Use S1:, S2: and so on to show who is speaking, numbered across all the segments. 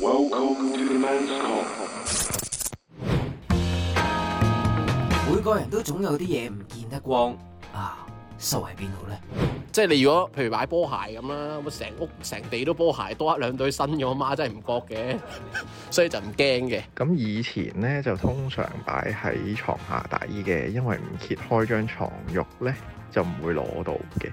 S1: Welcome to the men's come.
S2: 每個人都總有啲嘢唔見得光啊，收喺邊好呢？
S3: 即係你如果譬如買波鞋咁啦，咁啊成屋成地都波鞋，多一兩對新嘅，我媽真係唔覺嘅， 所以就唔驚嘅。
S4: 咁以前呢，就通常擺喺床下底嘅，因為唔揭開張床褥呢，就唔會攞到嘅。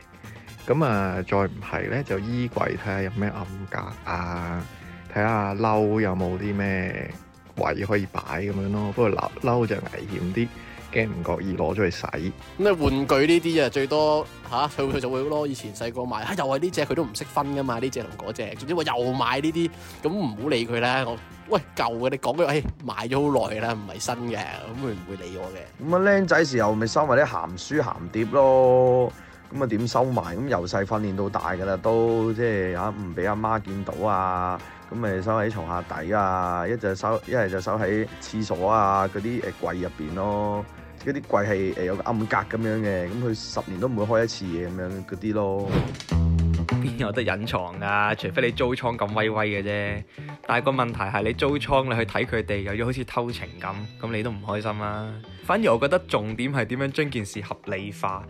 S4: 咁啊，再唔係呢，就衣櫃睇下有咩暗格啊，睇下褸有冇啲咩位可以擺咁樣咯。不過褸褸就危險啲，驚唔覺意攞咗去洗。
S3: 咁你玩具呢啲啊，最多吓佢佢就會咯。以前細個買，啊又係呢只，佢都唔識分噶嘛，呢只同嗰只。總之我又買呢啲，咁唔好理佢啦。我喂舊嘅，你講佢，誒買咗好耐啦，唔係新嘅，咁佢唔會理我嘅。
S5: 咁啊，僆仔時候咪收埋啲鹹書鹹碟咯。咁啊點收埋？咁由細訓練到大㗎啦，都即係嚇唔俾阿媽見到啊。咁咪收喺床下底啊，一隻收一係就收喺廁所啊嗰啲誒櫃入邊咯。嗰啲櫃係誒有個暗格咁樣嘅，咁佢十年都唔會開一次嘢咁樣嗰啲咯。
S6: 邊有得隱藏啊？ 除非你租倉咁威威嘅啫。但係個問題係你租倉你去睇佢哋，又要好似偷情咁，咁你都唔開心啦。反而我覺得重點係點樣將件事合理化。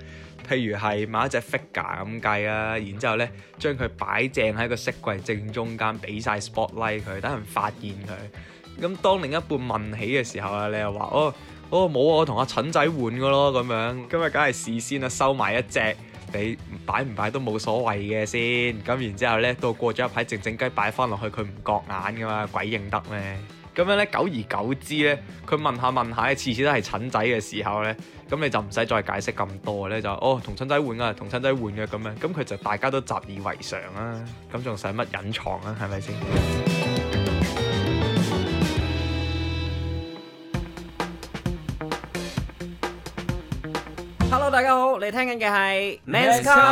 S6: 譬如係買一隻 figure 咁計啊，然之後呢，將佢擺正喺個飾櫃正中間，俾晒 spotlight 佢，等人發現佢。咁當另一半問起嘅時候啊，你又話哦，哦冇啊，我同阿陳仔換噶咯咁樣，咁啊梗係事先啊收埋一隻。你擺唔擺都冇所謂嘅先，咁然之後呢，到過咗一排靜靜雞擺翻落去，佢唔覺眼噶嘛，鬼認得咩？咁樣呢，久而久之呢，佢問下問下，次次都係陳仔嘅時候呢，咁你就唔使再解釋咁多咧，就哦同陳仔換啊，同陳仔換嘅咁樣，咁佢就大家都習以為常啦，咁仲使乜隱藏啊？係咪先？
S2: Hello，大家好，你聽緊嘅係
S7: Men's
S2: Men's
S7: Come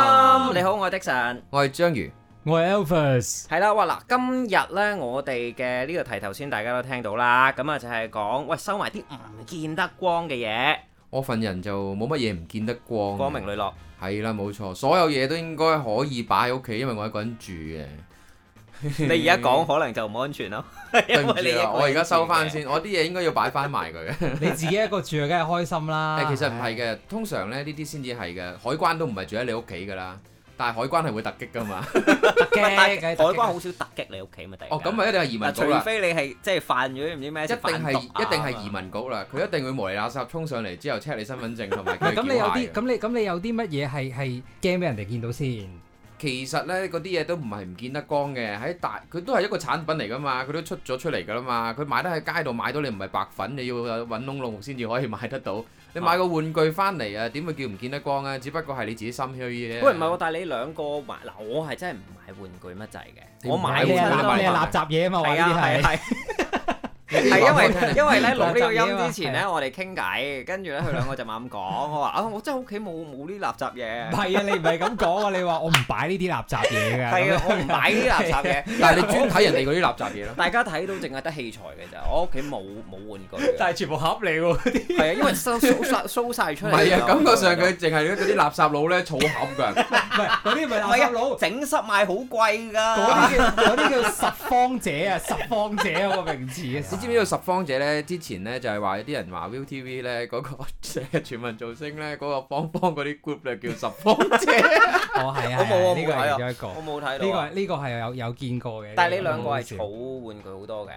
S2: Come，你好，我係 Dixon。
S7: 我係章魚，
S8: 我係 Alphas，
S2: 係啦，哇嗱，今日咧我哋嘅呢個題頭先大家都聽到啦，咁啊就係講喂收埋啲唔見得光嘅嘢，
S7: 我份人就冇乜嘢唔見得光。
S2: 光明磊落。
S7: 係啦，冇錯，所有嘢都應該可以擺喺屋企，因為我一個人住嘅。
S2: 你而家講可能就唔安全咯， 因
S7: 對唔
S2: 為你一
S7: 住
S2: 個人
S7: 啊，我而家收翻
S2: 住嘅。
S7: 先，我啲嘢應該要擺翻埋佢。
S8: 你自己一個住梗係開心啦。
S7: 誒，其實唔係嘅，通常咧呢啲先至係嘅，海關都唔係住喺你屋企噶啦，但係海關係會突擊 噶嘛。
S8: 嘅，
S2: 喂但係
S8: 梗係
S2: 海
S8: 突擊
S2: 關好少突擊你屋企咪突然間
S7: 哦，咁咪一定係移民
S2: 嗱，
S7: 局
S2: 除
S7: 啦，
S2: 非你係即係犯咗唔知咩，
S7: 一定係
S2: 販毒啊
S7: 一定係移。民局啦，佢一定會無理垃圾衝上嚟之後 check 你身份證同埋
S8: 唔係
S7: 佢
S8: 咁你有啲
S7: 嘅
S8: 咁你咁你有啲乜嘢係係驚俾人哋見到先？
S7: 其實咧，嗰啲嘢都唔係唔見得光嘅，喺大佢都係一個產品嚟噶嘛，佢都出咗出嚟噶啦嘛，佢買得喺街度買到你唔係白粉，你要揾窿窿先至可以買得到。你買個玩具翻嚟啊，點會叫唔見得光啊？只不過係你自己心虛啫。
S2: 喂，唔係喎，但係你兩個買嗱，我係真係唔買玩具乜滯嘅，
S7: 你
S2: 我
S7: 唔買
S2: 買
S7: 玩
S8: 你
S7: 具
S8: 係
S2: 親
S7: 乜
S2: 都
S8: 垃
S7: 滯
S8: 你
S2: 係
S8: 係垃圾嘢啊 嘛，話
S2: 係
S8: 呢啲
S2: 啊係
S8: 係。
S2: 係。
S7: 你
S2: 係因
S7: 話俾我
S2: 為
S7: 聽
S2: 因為咧
S8: 兩
S2: 錄呢
S8: 集
S2: 個
S8: 嘢啊嘛
S2: 音之前咧，我哋傾偈，跟住咧佢兩個就猛咁講，我話啊，我真係屋企冇冇呢垃圾
S8: 唔
S2: 嘢，
S8: 係啊，你唔係咁講啊！你話我唔擺呢啲垃圾嘢㗎。
S2: 係
S8: 咁樣
S2: 啊，我唔買呢啲垃圾嘢。
S7: 但係你專睇人哋嗰啲垃圾嘢咯。
S2: 大家睇到淨係得器材嘅咋，我屋企冇冇玩具嘅。
S8: 但係全部盒 嚟喎。
S2: 係啊，因為收收曬收曬 出
S7: 唔
S2: 嚟。
S7: 係啊，感覺上佢淨係嗰啲垃圾佬咧，儲 盒㗎。
S8: 唔係嗰啲
S2: 唔
S8: 咪垃
S2: 係
S8: 圾
S2: 啊，
S8: 佬。
S2: 整濕賣好貴
S8: 嗰
S2: 㗎。
S8: 啲叫嗰啲叫拾荒者啊，拾荒者啊個 名詞啊。
S7: 你知唔知道拾荒者咧？之前咧就係話有啲人話 ViuTV 咧嗰個 全民造星咧嗰個方方嗰啲 group 咧叫拾荒者。
S8: 哦，係啊，
S2: 我冇啊
S8: 係啊
S2: 冇睇啊
S8: 呢個係其中一個。
S2: 我冇睇
S8: 呢個
S2: 到啊
S8: 係。呢個係有有見過嘅。
S2: 但係
S8: 呢
S2: 你
S8: 個
S2: 兩個
S8: 好
S2: 係
S8: 好笑
S2: 儲玩具好多嘅。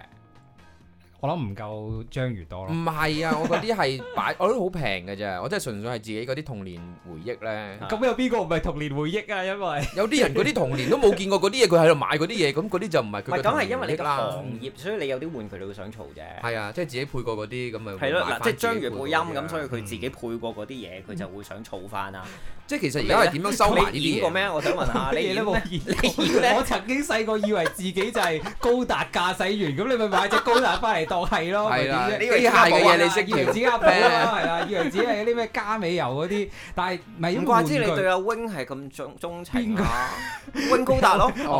S8: 我諗唔夠章魚多
S7: 唔
S8: 咯。
S2: 嗯
S7: 係啊，我嗰啲係擺，我都好平嘅啫，我真係純粹係自己嗰啲童年回憶咧。
S8: 咁有邊個唔係童年回憶啊？因為
S7: 有啲人嗰啲童年都冇見過嗰啲嘢，佢喺度買嗰啲嘢，咁嗰啲就唔係
S2: 唔
S7: 佢
S2: 係
S7: 嘅
S2: 咁係
S7: 童
S2: 因為
S7: 年
S2: 你
S7: 回憶
S2: 個
S7: 啦
S2: 行。業，所以你有啲玩具你會想儲啫。
S7: 係啊，即係自己配過嗰啲啊嗯咁咪
S2: 係咯，嗱，即係章魚配音咁，所以
S7: 以
S2: 佢自己配過嗰啲嘢，佢就會想儲啊翻啦。
S7: 即係其實而家係點樣收埋呢
S2: 你演
S7: 啲
S2: 過
S7: 嘢？
S2: 咩？我想問下，你
S8: 乜嘢
S2: 演
S8: 都
S2: 咩
S8: 冇？演
S2: 你演咧
S8: 我曾經細個以為自己就係高達駕駛員，咁你咪買隻高達翻嚟當係咯，咪
S7: 係啦，
S8: 點啫
S7: 機械嘅嘢你識
S8: 以為
S7: 條
S8: 自己阿寶啦，係啊，以為自己係嗰啲咩加美油嗰啲，但係唔係
S2: 唔
S8: 咁
S2: 怪
S8: 玩
S2: 之
S8: 具
S2: 你對阿 wing 係咁鍾鍾情啊，wing 高 達咯。哦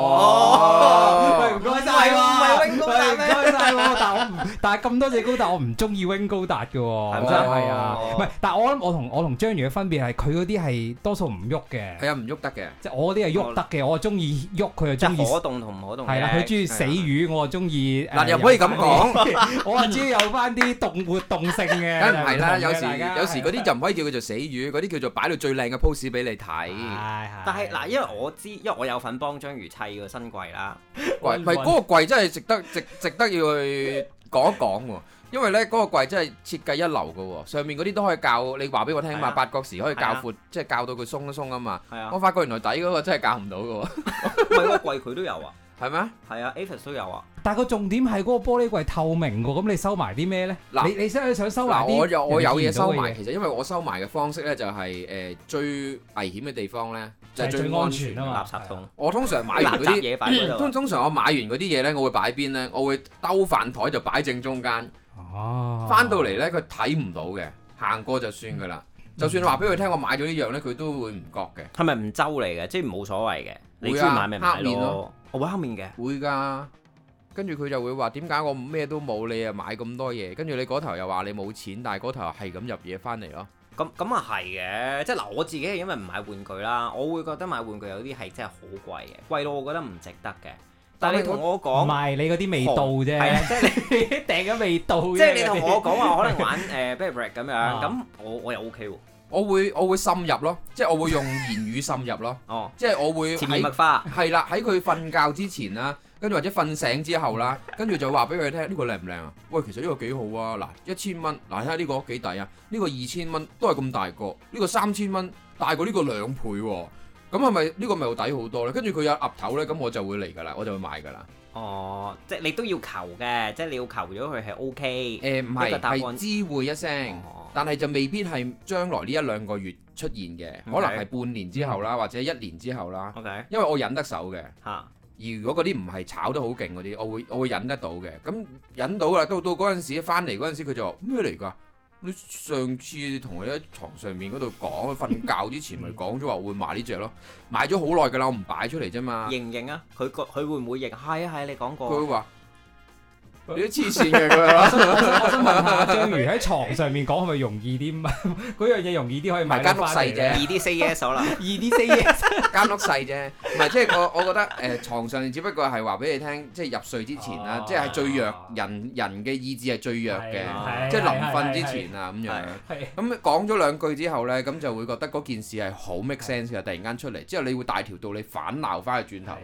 S7: 哦
S8: 喂唔該晒喎，
S2: 唔係唔係 wing 高達
S8: 喂唔
S2: 咩
S8: 該晒喎，但我唔但係咁多隻高達，我唔中意 Wing 高達嘅喎，
S2: 係
S8: 真
S2: 咩
S8: 係啊！
S7: 哦
S8: 唔係，但係我諗我同我同章魚嘅分別係佢嗰啲係多數唔喐嘅，
S7: 係啊，唔喐得嘅。
S8: 即係我嗰啲係喐得嘅，我中意喐，佢就
S2: 即
S8: 中意
S2: 係可動同唔可動嘅。
S8: 係啦，佢中意死魚，我中意誒
S7: 嗱，又唔可以咁，講，
S2: 啊
S8: 有我係中意有翻啲動活動性嘅，
S7: 梗唔係
S2: 啊
S7: 啦。有時
S8: 就唔同嘅大家
S7: 有時嗰啲就唔可以叫佢做死魚，嗰啲叫做擺到最靚嘅 pose 俾你睇。
S8: 係
S2: 但係嗱，因為我知，因為我有份幫章魚砌個新櫃啦。
S7: 櫃，唔係嗰個櫃真係值得值值得要去講一講喎。因為咧嗰個櫃真係設計一流嘅喎，上面嗰啲都可以教你話俾我聽
S2: 係
S7: 嘛，
S2: 啊
S7: 八角時可以
S2: 係
S7: 教
S2: 啊
S7: 闊，即係教到佢鬆一鬆啊嘛。
S2: 係啊
S7: 我，發覺原來底嗰個真係教唔到嘅喎，
S2: 唔係嗰個櫃佢都有啊，
S7: 係咩？
S2: 係啊，Avis 都有啊。
S8: 但係個重點係嗰個玻璃櫃透明喎，咁你收埋啲咩咧？
S7: 嗱
S8: 你你想想收埋
S7: 嗱，
S8: 啲
S7: 我有我有嘢收埋，
S8: 人哋見唔到嘅嘢，
S7: 其實因為我收埋嘅方式咧就係誒最危險嘅地方咧就係最安全
S8: 啊嘛啊
S2: 垃圾桶，
S7: 我通常買完
S2: 垃
S7: 嗰
S2: 圾
S7: 啲，
S2: 嘢擺嗰
S7: 通
S2: 度。啊
S7: 通常我買完嗰啲嘢咧，我會擺邊咧？我會兜飯台就擺正中間，
S8: 哦，
S7: 翻到嚟咧佢睇唔到嘅，行過就算噶啦。就算話俾佢聽我買咗呢樣咧，佢都會唔覺嘅。
S2: 係咪唔周嚟嘅？即係冇所謂嘅，你
S7: 會
S2: 中
S7: 啊
S2: 意買咪買
S7: 黑面
S2: 咯
S7: 咯。
S2: 我會黑面嘅。
S7: 會㗎。跟住佢就會話點解我咩都冇，你啊買咁多嘢？跟住你嗰頭又話你冇錢，但係嗰頭又係咁入嘢翻嚟咯。
S2: 咁咁啊係嘅，即係嗱我自己係因為唔買玩具啦，我會覺得買玩具有啲係真係好貴嘅，貴到我覺得唔值得嘅。但係你同我
S8: 唔
S2: 講，
S8: 係你嗰啲味
S2: 紅
S8: 道
S7: 哦
S8: 啫，
S2: 係啊，即係你
S8: 掟咗味道啫，
S2: 即係你同我講 話可能玩誒 b a b r e a k 咁樣，
S8: 啊
S2: 咁我我又 OK 喎。
S7: 我會我會滲入咯，即係我會用言語滲入咯。
S2: 哦，
S7: 即係我會
S2: 前面
S7: 喺
S2: 麥花。
S7: 係啦，喺佢瞓覺之前啦，跟住或者瞓醒之後啦，跟住就話俾佢聽呢個靚唔靚啊？喂，其實呢個幾好啊！嗱，一千蚊，嗱睇下呢個幾抵啊？呢個二千蚊都係咁大個，呢個三千蚊大過呢個兩倍喎、咁係咪呢個咪又抵好多咧？跟住佢有岌頭咧，咁我就會嚟㗎啦，我就會買㗎啦。
S2: 哦，即係你都要求嘅，即係你要求咗佢係 O K。
S7: 誒唔
S2: 呢個
S7: 係，
S2: 答案
S7: 係知會一聲，
S2: 哦
S7: 但係就未必係將來呢一兩個月出現嘅，可能
S2: OK
S7: 係半年之後啦，或者一年之後啦，
S2: ，OK
S7: 因為我忍得手嘅。
S2: 嚇，
S7: 而如果嗰啲唔係炒得好勁嗰啲，我會我會忍得到嘅。咁忍到啦，到到嗰陣時翻嚟嗰陣時，佢就話咩嚟㗎？你上次同我喺床上面嗰度講，瞓覺之
S8: 嗯
S7: 前咪講咗話會買呢只咯，買咗好耐㗎啦，我唔擺出嚟啫嘛。
S2: 認唔認啊？佢個佢會唔會認？係啊係啊，你講
S7: 佢
S2: 過。
S7: 會 話你都黐線嘅佢話，
S8: 我想問下章魚喺床上面講係咪容易啲？ 嗰樣嘢容易啲可以買
S7: 唔係間屋細啫
S2: 二 D say yes 好 啦。
S8: 易啲 say yes。
S7: 間屋細啫，唔係即係我我覺得誒、呃、床上只不過係話俾你聽，即係入睡之前啦，
S8: 哦
S7: 即係最弱人人嘅意志係最弱嘅
S8: 係啊，
S7: 即係臨
S8: 係係
S7: 瞓之
S8: 係
S7: 前啊咁
S2: 係。
S7: 樣
S8: 係
S7: 咁講咗兩句之後呢，咁就會覺得嗰件事係好 make sense 嘅，突然間出嚟之後，你會大條道理反鬧翻去轉頭嘅，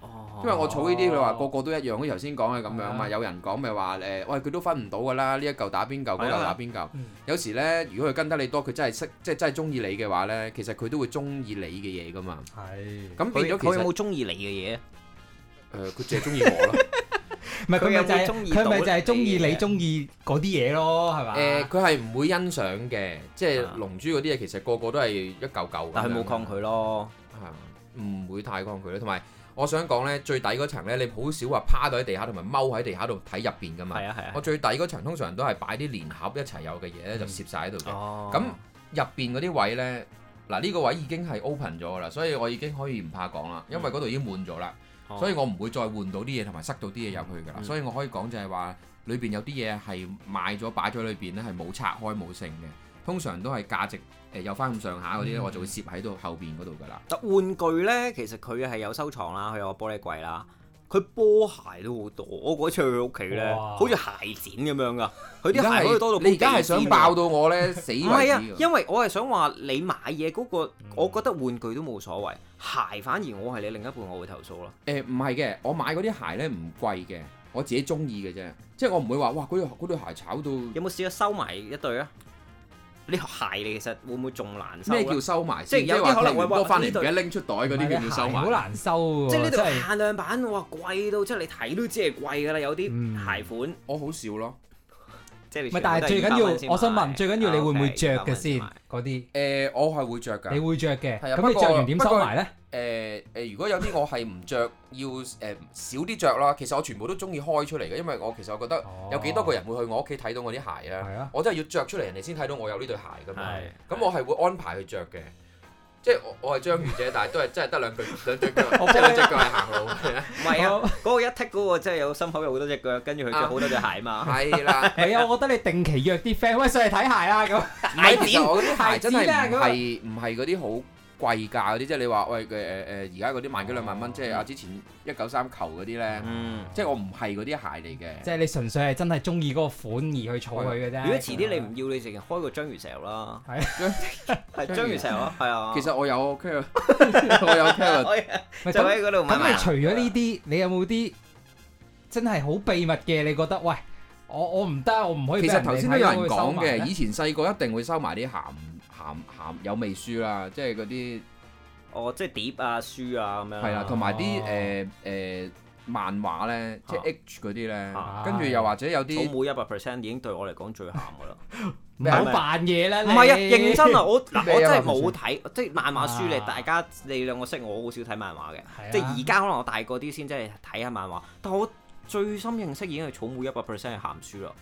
S2: 哦
S7: 因為我儲呢啲
S8: 哦
S7: 你話個個都一樣，好似頭先講嘅咁樣
S8: 係啊
S7: 嘛，有人講咪話誒，喂佢都分唔到㗎啦，呢一嚿打邊嚿，嗰
S2: 係
S7: 嚿
S2: 啊
S7: 打邊嚿
S8: 嗯。
S7: 有時呢，如果佢跟得你多，佢真係識，即係真係中意你嘅話呢，其實佢都會中意你嘅嘢㗎嘛。
S8: 係。
S7: 咁
S2: 佢
S7: 變咗其
S2: 佢有
S7: 實
S2: 冇中意你嘅嘢啊？
S7: 誒，佢淨係中意我咯。
S8: 唔係
S2: 佢
S8: 佢
S2: 有
S8: 咪就
S2: 冇
S8: 係
S2: 鍾意
S8: 佢咪
S2: 到
S8: 就係中意
S2: 你
S8: 你
S2: 嘅
S8: 中意嗰啲嘢咯，係嘛？
S7: 誒，佢係唔會欣賞嘅，即
S2: 啊
S7: 係龍珠嗰啲嘢，其實個個都係一嚿嚿咁樣。
S2: 但係冇抗拒咯。
S7: 係唔會太抗拒啦。同埋我想講呢，最底嗰層呢，你好少話趴到喺地下同埋踎喺地下度睇入邊噶嘛。
S2: 係啊係
S7: 我
S2: 啊。
S7: 最底嗰層通常都係擺啲連盒一齊有嘅嘢咧，就攝晒喺度嘅。
S2: 哦。
S7: 咁入邊嗰啲位呢，嗱呢個位已經係 open 咗噶啦，所以我已經可以唔怕講啦，因為嗰度已經滿咗啦，
S2: 嗯哦
S7: 所以我唔會再換到啲嘢同埋塞到啲嘢入去噶啦，
S2: 嗯
S7: 所以我可以講就係話裏邊有啲嘢係買咗擺咗裏邊呢，係冇拆開冇剩嘅，通常都係價值誒、呃有翻咁上下嗰
S2: 嗯
S7: 啲呢，我就會攝喺度後邊嗰度噶啦。
S2: 但玩具咧，其實佢係有收藏啦，佢有個玻璃櫃啦。佢波鞋都好多，我嗰次去佢屋企咧，
S8: 哇
S2: 好似鞋展咁樣噶。佢啲
S7: 而家
S2: 鞋可以多到
S7: 係你而家係
S2: 係
S7: 想爆到我咧死為
S2: 唔係啊，
S7: 止㗎
S2: 因為我係想話你買嘢嗰、個，
S8: 嗯
S2: 我覺得玩具都冇所謂，鞋反而我係你另一半，我會投訴咯。
S7: 誒唔係啊嘅，我買嗰啲鞋咧唔貴嘅，我自己中意嘅啫，即係我唔會話哇嗰對嗰對鞋炒到
S2: 有冇試過收埋一對啊？呢個鞋你其實會唔會仲難收啊
S7: 咩叫收埋
S2: 即係
S7: 先？
S2: 有啲
S7: 話
S2: 可能
S7: 踢完
S2: 會
S7: 波
S2: 話
S7: 翻嚟
S2: 呢
S7: 唔
S2: 對
S7: 記得拎出袋嗰
S8: 唔係
S7: 啲叫唔叫
S8: 啲
S7: 收埋
S8: 鞋好。難收喎，
S2: 即係呢度
S8: 真啊係
S2: 限量版，哇貴到即係你睇都知係貴㗎啦，有啲
S8: 嗯
S2: 鞋款、
S7: 我好少咯。
S2: 即係你全
S8: 唔係
S2: 部都係
S8: 但係最
S2: 200蚊
S8: 緊
S2: 先
S8: 要，我想
S2: 買
S8: 問最緊要你會唔會
S2: 啊，OK，
S8: 着
S2: 200
S8: 嘅
S2: 蚊
S8: 先
S2: 買
S8: 嗰啲？
S7: 誒我係會着
S8: 你
S7: 㗎。
S8: 會着嘅，
S7: 係啊
S8: 咁你
S7: 不過
S8: 着完點收埋咧？
S7: 誒誒，如果有啲我係唔着，要誒少啲着啦。其實我全部都中意開出嚟嘅，因為我其實我覺得有幾多個人會去我屋企睇到我啲鞋 啊？
S8: 係啊，
S7: 我真係要着出嚟，人哋先睇到我有呢對鞋㗎嘛
S2: 係。
S7: 咁我係會安排去着嘅。即係我我係章魚 啫，但係都係真係得兩句兩隻腳，
S8: 我
S7: 即係兩隻腳係行路嘅。
S2: 唔係啊，嗰個一剔嗰個真係有心口有好多隻腳，跟住佢着好多隻鞋 嘛。
S7: 係 啦，
S8: 係啊，我覺得你定期約啲 friend，喂上嚟睇鞋啊咁。
S7: 唔係其實我嗰啲
S8: 鞋
S7: 鞋真
S8: 墊啊
S7: 係唔
S8: 咁啊
S7: 係唔係嗰啲好貴價嗰啲，即係你話喂誒誒誒而家嗰啲萬幾兩萬
S8: 哦
S7: 蚊，即係啊之前一九三球嗰啲咧，
S2: 嗯，
S7: 即係我唔係嗰啲鞋嚟嘅。
S8: 即係你純粹係真係中意嗰個款而去儲佢嘅啫。
S2: 如果遲啲你唔要，你成日開個章魚石啦。
S8: 係
S2: 係章魚石咯，係啊。
S8: 哦
S7: 其實我有 c a r r o 我有 c a r r o
S2: 我
S8: 咪
S2: 就
S8: 咁
S2: 喺嗰度買啊
S8: 咁
S2: 埋
S8: 你除咗呢啲，你有冇啲真係好秘密嘅？你覺得喂，我我唔得，我唔可以
S7: 其
S8: 俾
S7: 實
S8: 人
S7: 頭
S8: 哋
S7: 先
S8: 睇
S7: 都
S8: 到
S7: 有人
S8: 佢收
S7: 講
S8: 埋
S7: 嘅，
S8: 咧
S7: 以前細個一定會收埋啲鹹鹹鹹有味書啦，即係嗰啲
S2: 哦，即係碟啊、書啊咁樣。
S7: 係啦，同埋啲
S8: 哦
S7: 誒誒漫畫咧，即係
S2: 啊
S7: H 嗰啲咧
S2: 啊，
S7: 跟住又或者有啲
S2: 草。莓一百 percent 已經對我嚟講最鹹噶啦。
S8: 唔好扮嘢啦。
S2: 唔
S8: 你
S2: 係啊，認真啊！我嗱，
S7: 咩啊
S2: 我真係冇睇，即係漫畫書你
S8: 啊
S2: 大家你兩個識我，我好少睇漫畫嘅。
S8: 係啊
S2: 即係而家可能我大個啲先，即係睇下漫畫。但我最深認識已經係草莓一百 percent 係鹹書啦。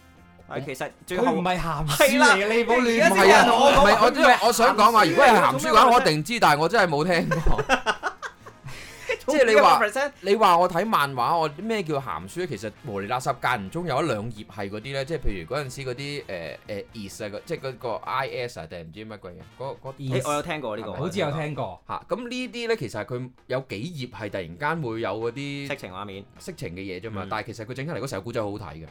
S2: 但係其實最
S8: 佢
S2: 後
S8: 唔係鹹
S2: 係
S8: 書
S2: 啦
S8: 嚟嘅，你唔好
S7: 唔
S8: 亂
S2: 而家
S7: 係
S2: 先
S7: 啊，
S2: 有人同
S7: 唔
S2: 我講
S7: 係我因為我想
S2: 啊
S7: 講話，如果係鹹書嘅話，我一定知，但係我真係冇聽 過。即係你話
S2: 話，100%
S7: 你話我睇漫畫，我咩叫鹹書？其實無厘垃圾間唔中有一兩頁係嗰啲咧，即係譬如嗰陣時嗰啲誒誒 is 啊，個即係嗰個 is 啊定唔知乜鬼嘢，嗰嗰
S2: 誒，
S7: 啲
S2: 我有聽過呢個，
S8: 好似有聽過。
S7: 嚇。咁呢啲咧，其實佢有幾頁係突然間會有嗰
S2: 色
S7: 啲
S2: 情畫面。
S7: 色情嘅嘢啫嘛
S2: 嗯，哦
S7: 但係其實佢整起嚟嗰成個故仔好好睇嘅。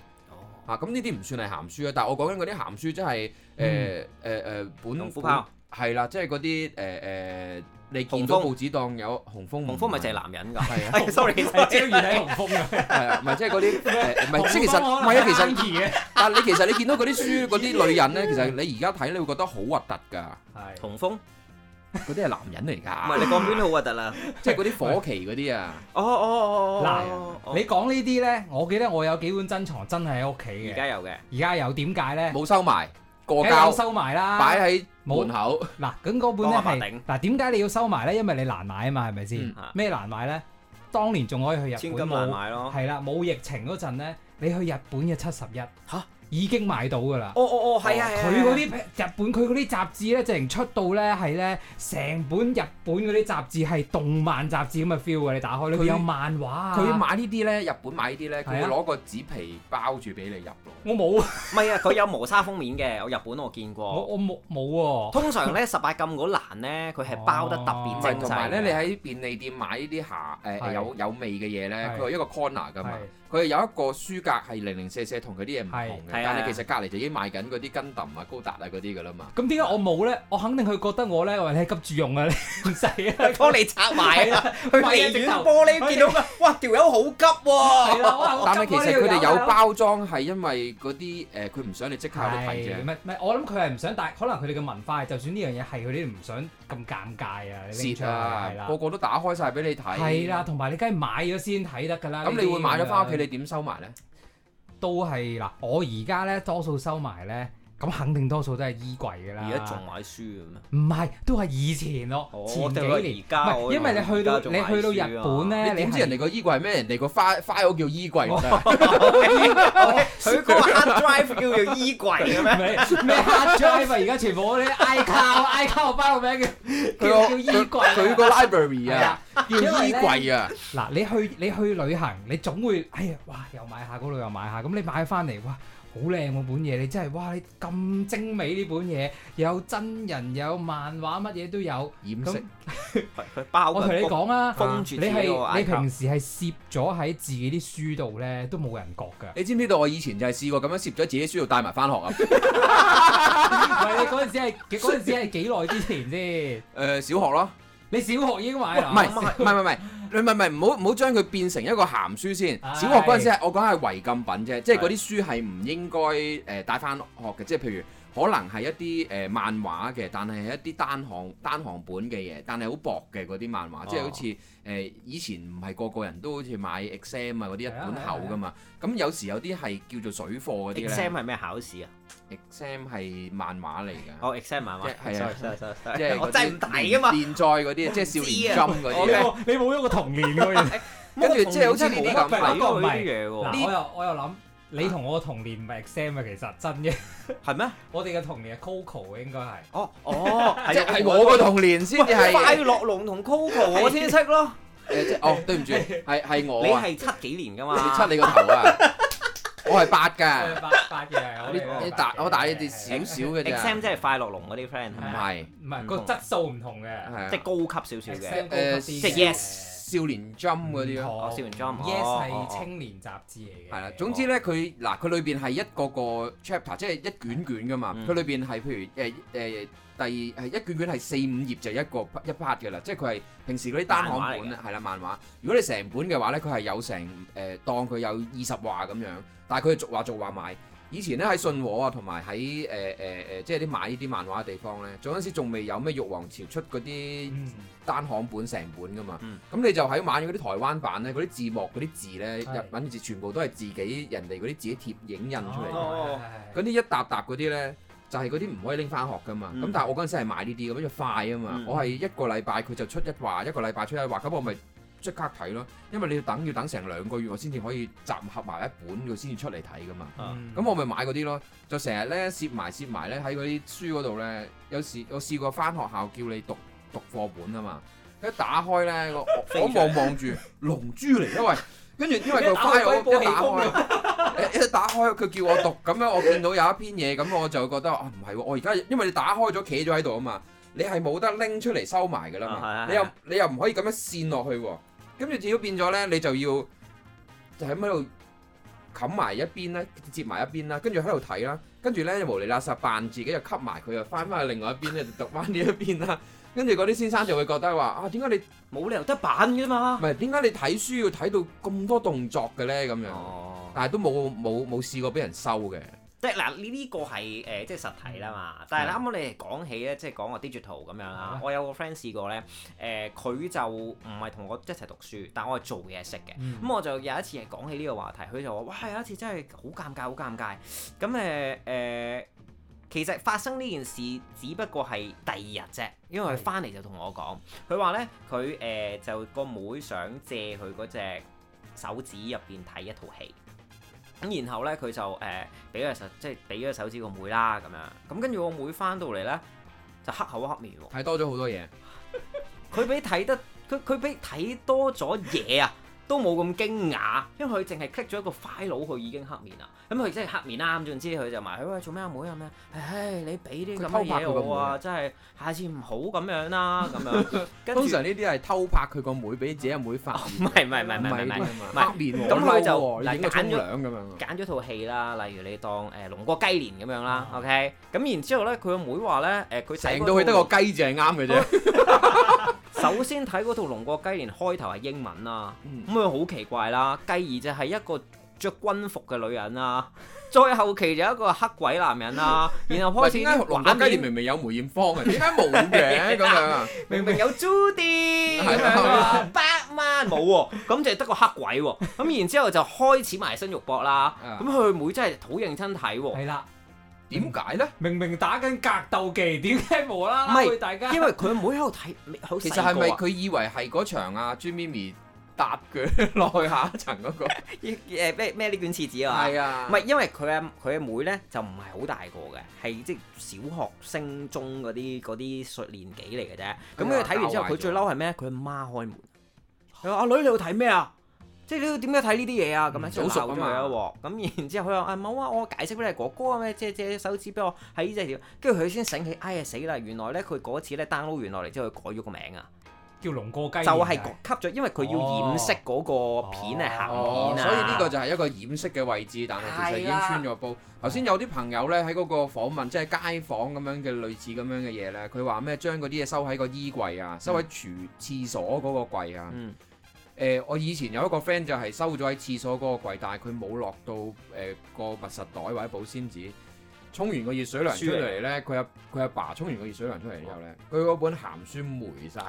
S7: 嚇，咁呢啲唔算係鹹書啊，但係我講緊嗰啲鹹書真係誒誒誒本
S2: 嗯農夫炮，
S7: 係啦，即係嗰啲誒誒，你
S2: 紅
S7: 見到
S2: 楓
S7: 報紙檔有紅風，
S2: 農夫咪就係男人㗎。
S7: 係啊，
S2: 係 sorry，
S8: 係招魚睇紅峰嘅，
S7: 係啊，唔係即係嗰 啲誒，唔係 即係其實唔
S8: 紅峯可能
S7: 係啊，其
S8: 係
S7: 實
S8: Nike 嘅
S7: 但係你其實你見到嗰啲書嗰啲女人咧，其實你而家睇你會覺得好核突㗎，
S2: 同風，唔
S7: 嗰啲係男人嚟
S2: 係
S7: 㗎，
S2: 你講邊都好核突啦。
S7: 即係嗰啲火旗嗰啲啊，
S2: 哦哦哦哦哦哦，
S8: 你講呢啲咧，我記得我有幾本珍藏真係喺屋企
S2: 而
S8: 嘅，
S2: 家有嘅，
S8: 而家有點解咧？
S7: 冇收埋過
S8: 梗係有
S7: 膠，
S8: 收埋啦，
S7: 擺喺門口，
S8: 嗱，咁嗰
S2: 當
S8: 本
S2: 白
S8: 咧
S2: 頂
S8: 係嗱，點解你要收埋咧？因為你難買啊嘛，係咪先
S7: 嗯？
S8: 咩難買咧？當年仲可以去
S2: 千
S8: 日
S2: 金
S8: 本
S2: 難
S8: 冇，
S2: 買咯。
S8: 係啦，冇疫情嗰陣咧，你去日本嘅七十一
S2: 吓
S8: 已經買到㗎啦。
S2: 哦哦哦，係啊，係啊
S8: 佢嗰啲日本佢嗰啲雜誌咧，直情出到咧係咧成本日本嗰啲雜誌係動漫雜誌咁嘅 feel 嘅，你打開裏
S7: 佢
S8: 邊有漫畫啊。
S7: 佢買呢啲咧，日本買呢啲咧，佢會
S8: 係啊
S7: 攞個紙皮包住俾你入咯。
S8: 我冇，
S2: 唔係啊，佢有磨砂封面嘅，我日本我見
S8: 我
S2: 過。
S8: 我冇冇喎。
S2: 通常咧十八禁嗰欄咧，佢係包得特別
S7: 唔
S2: 精
S7: 係，
S2: 細。
S7: 同埋咧，你喺便利店買呢啲下
S8: 啊係
S7: 誒有有味嘅嘢咧，
S8: 係
S7: 佢有一個 corner
S2: 啊
S7: 噶嘛
S8: 係，
S7: 佢係有一個書格係零零舍舍同佢啲嘢唔同嘅，
S2: 係係啊
S7: 但係其實隔離就已經賣緊嗰啲 Gundam 啊、高達啊嗰啲噶啦嘛。
S8: 咁點解我冇咧？我肯定佢覺得我咧，喂，你係急住用啊，你唔使啊。
S2: 幫你拆埋啊！佢離遠玻璃見 到，哇條友好急
S8: 係
S2: 喎！
S8: 啦，哇！我
S7: 但係
S8: 急
S7: 其
S8: 啊
S7: 實
S8: 呢
S7: 佢
S8: 條
S7: 哋
S8: 友
S7: 有
S8: 啊
S7: 包裝係因為嗰啲誒，佢唔想你即刻去睇
S8: 係，
S7: 啫。
S8: 唔係唔係，我諗佢係唔想，但係可能佢哋嘅文化係，就算呢樣嘢係，佢哋都唔想咁尷尬啊，你拎出
S7: 蝕
S8: 嚟
S7: 啊
S8: 係！
S7: 個
S8: 啦，
S7: 個都打開晒俾你睇。
S8: 係啦，同啊埋你梗係買咗先睇得㗎啦。
S7: 咁
S8: 呢
S7: 你
S8: 啲
S7: 會買咗翻屋企，
S8: 咁樣
S7: 你點收埋咧？
S8: 都係嗱，我而家咧多數收埋咧，咁肯定多數都係衣櫃㗎啦。
S2: 而家仲買書嘅咩？
S8: 唔係，都係以前咯，
S7: 哦
S2: 我
S8: 前幾
S2: 對我
S8: 年。
S2: 而家
S8: 唔
S2: 我
S8: 係因為你去到
S2: 而家仲買
S8: 你去到日
S2: 書啊
S8: 本咧，
S7: 你點
S8: 係
S7: 知人哋個衣櫃係咩？人哋個花花屋叫衣櫃唔得啊。
S2: 佢嗰個 hard drive 叫做衣櫃嘅咩？
S8: 咩咩 hard drive 啊而家全部嗰啲 iCloud iCloud 包個名叫
S7: 佢
S8: 叫
S7: 個
S8: 叫衣櫃。啊
S7: 佢個 library
S8: 係啊
S7: 啊，叫衣櫃啊，
S8: 嗱，你去你去旅行，你總會哎呀，哇，又買下嗰度又買下，咁你買翻嚟，哇，好靚喎本嘢，你真係哇，你咁精美呢本嘢，有真人有漫畫，乜嘢都有。
S7: 掩
S8: 咁
S7: 飾。
S2: 佢佢包
S8: 我同你講啊，
S2: 封住
S8: 你
S2: 自己個
S8: 係你
S2: iPad
S8: 平時係攝咗喺自己啲書度咧，都冇人覺 㗎。
S7: 你知唔知道我以前就係試過咁樣攝咗自己書度帶埋翻學 啊？誒、
S8: 唔係你嗰陣時係幾嗰陣時係幾耐之前先？
S7: 小學咯，
S8: 你小學已經
S7: 唔
S8: 買啦？
S7: 係唔係唔係唔係，你唔係唔係唔好唔好將佢變成一個鹹書先。
S8: 唉
S7: 小學嗰陣時係我講係違禁品啫，即係嗰啲書係唔應該誒帶翻學嘅，即係譬如可能係一啲誒、呃漫畫嘅，但係係一啲單行單行本嘅嘢，但係好薄嘅嗰啲漫畫，即係好似誒、呃以前唔係個個人都好似買 exam 啊嗰啲一
S8: 係啊
S7: 本厚噶嘛，咁有時有啲係叫做水貨嗰啲咧。
S2: exam 係咩考試啊？
S7: exam 係漫畫嚟㗎，
S2: 哦 exam 漫畫
S7: 啊即係啊
S2: Sorry，sorry，sorry，
S7: 即
S2: sorry
S7: 係嗰 啲
S2: 我真係唔睇噶嘛。
S7: 連載嗰啲，即係少年針嗰
S8: 你
S7: 啲啊。
S8: 冇 你冇咗個童年嗰樣。
S7: 跟住即係好似呢啲咁
S8: 係
S2: 睇
S8: 咯
S2: 過呢啲嘢喎。
S8: 嗱，我又我又諗，你同我同年唔係 exam 啊，其實真嘅，
S9: 係咩？
S8: 我哋嘅童年係 Coco 嘅應該係。
S9: 哦哦，
S7: 即係我個童年先至
S9: 喂快
S7: 係
S9: 樂龍同 Coco 我先識咯。
S7: 誒，即係哦，對 唔住，係係我
S9: 你
S7: 啊，
S9: 係七幾年噶
S7: 你
S9: 嘛？
S7: 出你個頭啊！ 我係八
S8: 我
S7: 㗎
S8: 哋，八八嘅係我
S7: 你
S8: 哋
S7: 你
S8: 八
S7: 大
S8: 嘅
S7: 我大你哋少少嘅
S9: exam
S7: 啫，
S9: 即係快樂龍嗰啲 friend 係
S7: 唔
S9: 咪啊？
S7: 係
S8: 唔係個質素唔同嘅
S7: 係啊
S9: 即係高級少少嘅。
S7: 誒
S8: ，exam 高級
S9: 即
S8: 啲
S9: 係
S8: 嘅
S9: yes
S7: 少年 jump 嗰啲咯。
S9: 哦少年 Jump，
S8: Yes
S9: 哦
S8: 係
S9: 哦哦
S8: 青年雜誌嚟嘅。
S7: 係啦，總之咧，佢嗱佢裏邊係一個個 chapter，即係一卷卷噶嘛。
S9: 嗯
S7: 佢裏邊係譬如誒誒第係一卷卷係四五頁就一個一 part 嘅啦，即係佢係平時嗰啲單行
S9: 漫畫
S7: 本
S9: 嚟嘅
S7: 係啦漫畫。如果你成本嘅話咧，佢係有成誒、呃、當佢有二十話咁樣，但係佢係逐話逐話買。以前咧喺信和啊，同埋喺誒誒誒，即係啲買呢啲漫畫嘅地方咧，嗰陣時仲未有咩玉皇朝出嗰啲
S8: 嗯，
S7: 單行本成本噶嘛，咁、
S9: 嗯
S7: 你就喺買嗰啲台灣版咧，嗰啲字幕嗰啲字咧，
S8: 係
S7: 日文字全部都係自己人哋嗰啲自己貼影印出嚟嘅，
S8: 哦
S7: 嗰啲、一沓沓嗰啲咧就係嗰啲唔可以拎翻學噶嘛。咁、
S9: 嗯
S7: 但係我嗰陣時係買呢啲咁，因為快啊嘛，
S9: 嗯
S7: 我係一個禮拜佢就出一話，一個禮拜出一話，咁我咪即刻睇咯。因為你要等要等成兩個月，我先至可以集合埋一本，佢先至出嚟睇噶嘛。
S9: 啊
S8: 嗯
S7: 咁我咪買嗰啲咯，就成日咧攝埋攝埋咧喺嗰啲書嗰度咧，有時我試過翻學校叫你讀讀課本啊嘛，一打開咧 我我我望望住龍珠嚟，因為 跟住因為佢快我一打開 一一打開佢叫我讀，咁樣我見到有一篇嘢，咁我就覺得啊唔係喎，我而家因為你打開咗企咗喺度啊嘛，你係冇得拎出嚟收埋噶啦嘛
S9: 啊，係
S7: 你又
S9: 係
S7: 你又唔可以咁樣線落去喎，跟住只要變咗咧你就要。就喺咁喺度冚埋一邊啦，接埋一邊啦，跟住喺度睇啦，跟住咧無理垃圾扮自己就吸埋佢，又翻翻去另外一邊咧，就讀翻呢一邊啦。 跟住嗰啲先生就會覺得話啊，點解你
S9: 冇理由得版噶
S7: 唔
S9: 嘛。
S7: 係點解你睇書要睇到咁多動作嘅咧？
S2: 啊
S7: 咁樣，
S9: 哦，
S7: 但係都冇冇冇試過俾人收嘅，
S9: 即係嗱，呢呢個係誒即係實體啦嘛。但係啱啱你哋講起咧，即係講個 digital 咁樣啦
S8: 啊。
S9: 我有個 friend 試過咧，誒佢就唔係同我一齊讀書，但我係做嘢識嘅。
S8: 嗯
S9: 咁我就有一次係講起呢個話題，佢就話：哇，有一次真係好尷尬，好尷尬。咁誒誒，其實發生呢件事只不過係第二日啫，因為佢翻嚟就同我講，佢話咧佢誒就個妹想借佢嗰隻手指入邊睇一套戲。咁然後咧，佢就誒俾咗隻手，即係俾咗隻手指個妹啦，咁樣。咁跟住個妹翻到嚟咧，就黑口黑面喎。
S7: 睇多咗好多嘢。
S9: 佢俾睇得佢佢俾睇多咗嘢啊，都冇咁驚訝，因為佢淨係 click 咗一個 file，佢已經黑面啦。咁佢真係黑面啦，咁總之佢就埋佢喂做咩啊妹啊咩？唉，你俾啲咁
S7: 佢偷
S9: 嘅
S7: 拍
S9: 嘢
S7: 佢個妹
S9: 我
S7: 啊
S9: 啊，真係下次唔好咁樣 啦，咁樣。跟住
S7: 通
S9: 唔
S7: 常呢啲係偷拍佢個妹俾自己阿妹發現，
S9: 係唔係唔係唔係唔係。唔係
S7: 黑面喎，
S9: 咁佢就
S7: 嬲喎
S9: 嗱
S7: 影個沖
S9: 揀咗
S7: 涼咁樣啊。
S9: 揀咗套戲啦，例如你當誒、龍過雞年咁樣啦、o k 咁然之後咧，佢個妹話咧，誒、佢睇
S7: 啊成
S9: 嗰
S7: 到佢得
S9: 套
S7: 個雞字係啱嘅啫，
S9: 首先睇嗰套《龍過雞年》開頭係英文啦
S7: 嗯，
S9: 咁佢好奇怪啦。繼而就係一個着軍服嘅女人啦，再後期就一個黑鬼男人啦，然後
S7: 喂
S9: 開始
S7: 點解
S9: 啲
S7: 龍
S9: 畫
S7: 哥雞
S9: 面
S7: 年明明有梅艷芳嘅，點解冇嘅咁樣啊？
S9: 明明有 Judy
S7: 係
S9: 咁樣啊，百萬冇喎，咁就係得個黑鬼喎。咁然之後就開始埋身肉搏啦
S7: 啊。
S9: 咁佢妹真係好認真睇喎。
S8: 係啦，
S7: 點解咧？
S8: 明明打緊格鬥技，點解無啦啦
S9: 唔係
S8: 會大家？
S9: 因為佢妹喺度睇，好
S7: 其
S9: 細
S7: 實係
S9: 個
S7: 咪
S9: 啊
S7: 佢以為係嗰場啊朱咪咪搭 佢落去下一層嗰個？
S9: 誒咩咩呢卷廁紙啊？
S7: 係啊，
S9: 唔係，因為佢阿佢阿妹咧就唔係好大個嘅，係即係小學升中嗰啲嗰啲歲年紀嚟嘅啫。咁佢睇完之後，佢最嬲係咩？佢阿媽開門，佢話：阿女你要睇咩啊？即係你要點解睇呢啲嘢啊？咁樣
S7: 嗯
S9: 即係
S7: 早熟
S9: 鬧
S7: 啊
S9: 咗
S7: 嘛
S9: 佢一鑊。咁然之後佢話：啊冇啊，我解釋俾你哥哥啊咩，借借手指俾我喺呢只條。跟住佢先醒起，哎呀死啦！原來咧佢嗰次咧 download 完落嚟之後，佢改咗個名啊，
S8: 叫龍過雞，
S9: 就係吸咗，因為佢要掩飾嗰個片係
S7: 哦
S9: 鹹，片啊。
S7: 所以呢個就係一個掩飾嘅位置，但係其實已經穿咗煲。頭先有啲朋友咧喺嗰個訪問，即係街訪咁樣嘅類似咁樣嘅嘢咧，佢話咩將嗰啲嘢收喺個衣櫃啊，收喺廚廁所嗰個櫃啊。
S9: 嗯
S7: 誒、我以前有一個 friend 就係收咗喺廁所嗰個櫃，但係佢冇落到誒、個密實袋或者保鮮紙。沖完個熱水涼出嚟咧，佢阿佢阿爸沖完個熱水涼出嚟之後咧，佢嗰本鹹書霉晒。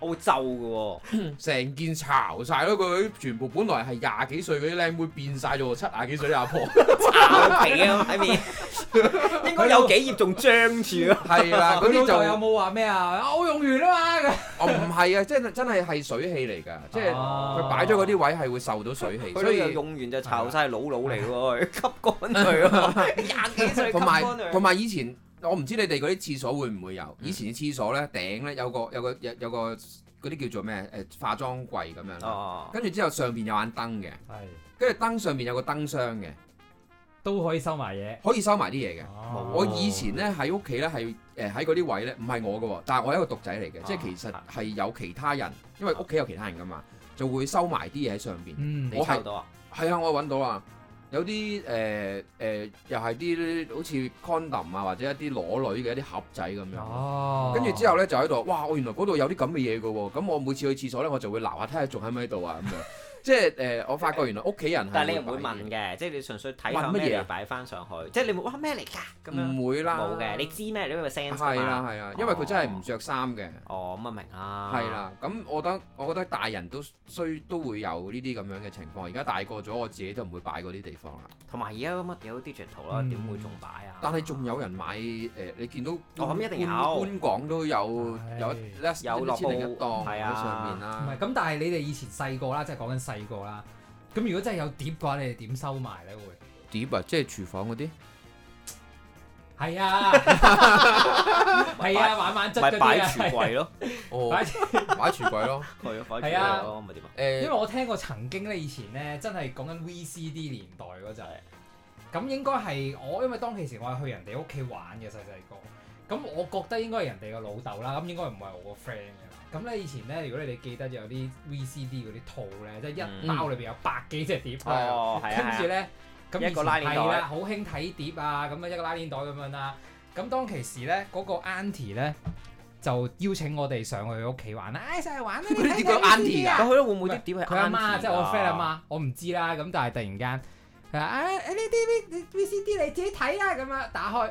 S2: 我會咒嘅喎。
S7: 成件巢晒咯，佢全部本來係廿幾歲嗰啲靚妹變晒做七廿幾歲啲阿婆，
S2: 爆皮啊喺面， 應該有幾頁仲張住啊咯。
S7: 係 啦，嗰
S8: 佢
S7: 啲
S8: 老豆有
S7: 就
S8: 冇話咩啊？我用完啦嘛，
S7: 哦唔係啊，即係真係係水氣嚟㗎，即係
S8: 哦
S7: 佢擺咗嗰啲位係會受到水氣，
S2: 啊佢
S7: 所
S2: 都又
S7: 以。啊
S2: 用完就巢晒佬佬嚟喎，吸乾佢喎，廿幾歲吸啊嗯
S7: 同
S2: 乾
S7: 埋
S2: 佢。
S7: 同埋以前，我唔知你哋嗰啲廁所會唔會有？以前嘅廁所咧頂咧有個有個有有個嗰啲叫做咩誒化妝櫃咁樣啦，
S2: 哦，
S7: 跟住之後上邊有眼燈嘅，
S8: 係
S7: 跟住燈上邊有個燈箱嘅，
S8: 都可以收埋嘢。
S7: 可以收埋啲嘢嘅。
S8: 哦
S7: 我以前咧喺屋企咧係誒喺嗰啲位咧，唔係我嘅喎，但係我係一個獨仔嚟
S2: 啊
S7: 嘅，即係其實係有其他人，因為屋企有其他人噶嘛，就會收埋啲嘢喺上邊。
S8: 嗯，
S2: 你
S7: 我係
S2: 抽到啊？
S7: 係啊，我揾到啊，有啲誒誒，又係啲好似 condom 啊，或者一啲裸女嘅一啲盒仔咁樣。
S8: 哦，
S7: 嗯跟住之後咧就喺度，哇！我原來嗰度有啲咁嘅嘢嘅喎，咁我每次去廁所咧，我就會鬧下睇下仲喺唔喺度啊 咁樣。即係誒、我發覺原來屋企人係
S2: 但係你唔會
S7: 擺
S2: 問嘅，即係你純粹睇
S7: 問
S2: 下
S7: 乜嘢
S2: 咩
S7: 啊
S2: 嘢擺翻上去，即係你冇哇咩嚟㗎咁樣，
S7: 嘢，唔會啦，
S2: 冇嘅，你知咩？你咪 sense 㗎
S7: 哦係啦
S2: 嘛。
S7: 係啊，因為佢真係唔着衫嘅。
S2: 哦，咁啊明啊。
S7: 係。啦，咁我覺得我覺得大人都需都會有呢啲咁樣嘅情況。而家大個咗，我自己都唔會擺嗰啲地方啦。
S2: 同埋而家乜嘢都 digital 啦，
S8: 嗯
S2: 點會仲擺啊？
S7: 但係仲有人買誒、你見到
S2: 哦咁一定有
S7: 官港都有
S8: 唉
S7: 有一
S2: 有落
S7: 一千零一
S2: 布
S7: 檔
S2: 係
S7: 喺
S2: 啊
S7: 上面
S8: 唔
S7: 啦
S8: 係。咁，但係你哋以前細個啦，即係講緊細個啦。咁如果真係有碟嘅話，你哋點收埋咧？會
S7: 碟啊，即係廚房嗰啲。
S8: 係啊，係啊，晚晚執
S2: 咪
S8: 嗰
S2: 擺
S8: 啲啊
S2: 櫥櫃咯，
S7: 哦，
S8: 擺
S7: 擺喺櫥櫃咯。
S2: 係啊，擺
S8: 係啊
S2: 櫥櫃咯，咪點啊？
S8: 因為
S7: 誒
S8: 我聽過曾經咧，以前咧真係講緊 VCD 年代嗰陣，咁應該係我因為當其時我係去人哋屋企玩嘅細細個，咁我覺得應該係人哋個老豆啦，咁應該唔係我個 friend 嘅。咁咧以前咧，如果你哋記得有啲 VCD 嗰啲套咧，即係一
S2: 嗯
S8: 包裏邊有百幾隻碟，
S2: 哦，係啊
S8: 跟
S2: 係
S8: 住
S2: 啊，
S8: 咧咁
S2: 一個拉鏈袋
S8: 以前係啦，好興睇碟啊，咁啊一個拉鏈袋咁樣啦。咁當其時咧，嗰、個 auntie 咧就邀請我哋上去佢屋企玩啦，唉上去玩啦，
S7: 嗰啲
S8: 你睇
S7: 叫
S8: 睇呢
S7: auntie
S8: 啊
S2: 但佢咧會唔會啲碟係啊
S8: 佢阿媽
S2: 啱
S8: 即係我
S2: 㗎
S8: friend 阿媽，我唔知啦。咁但係突然間佢話：啊誒呢啲 V V C D 你自己睇啦。咁樣打開，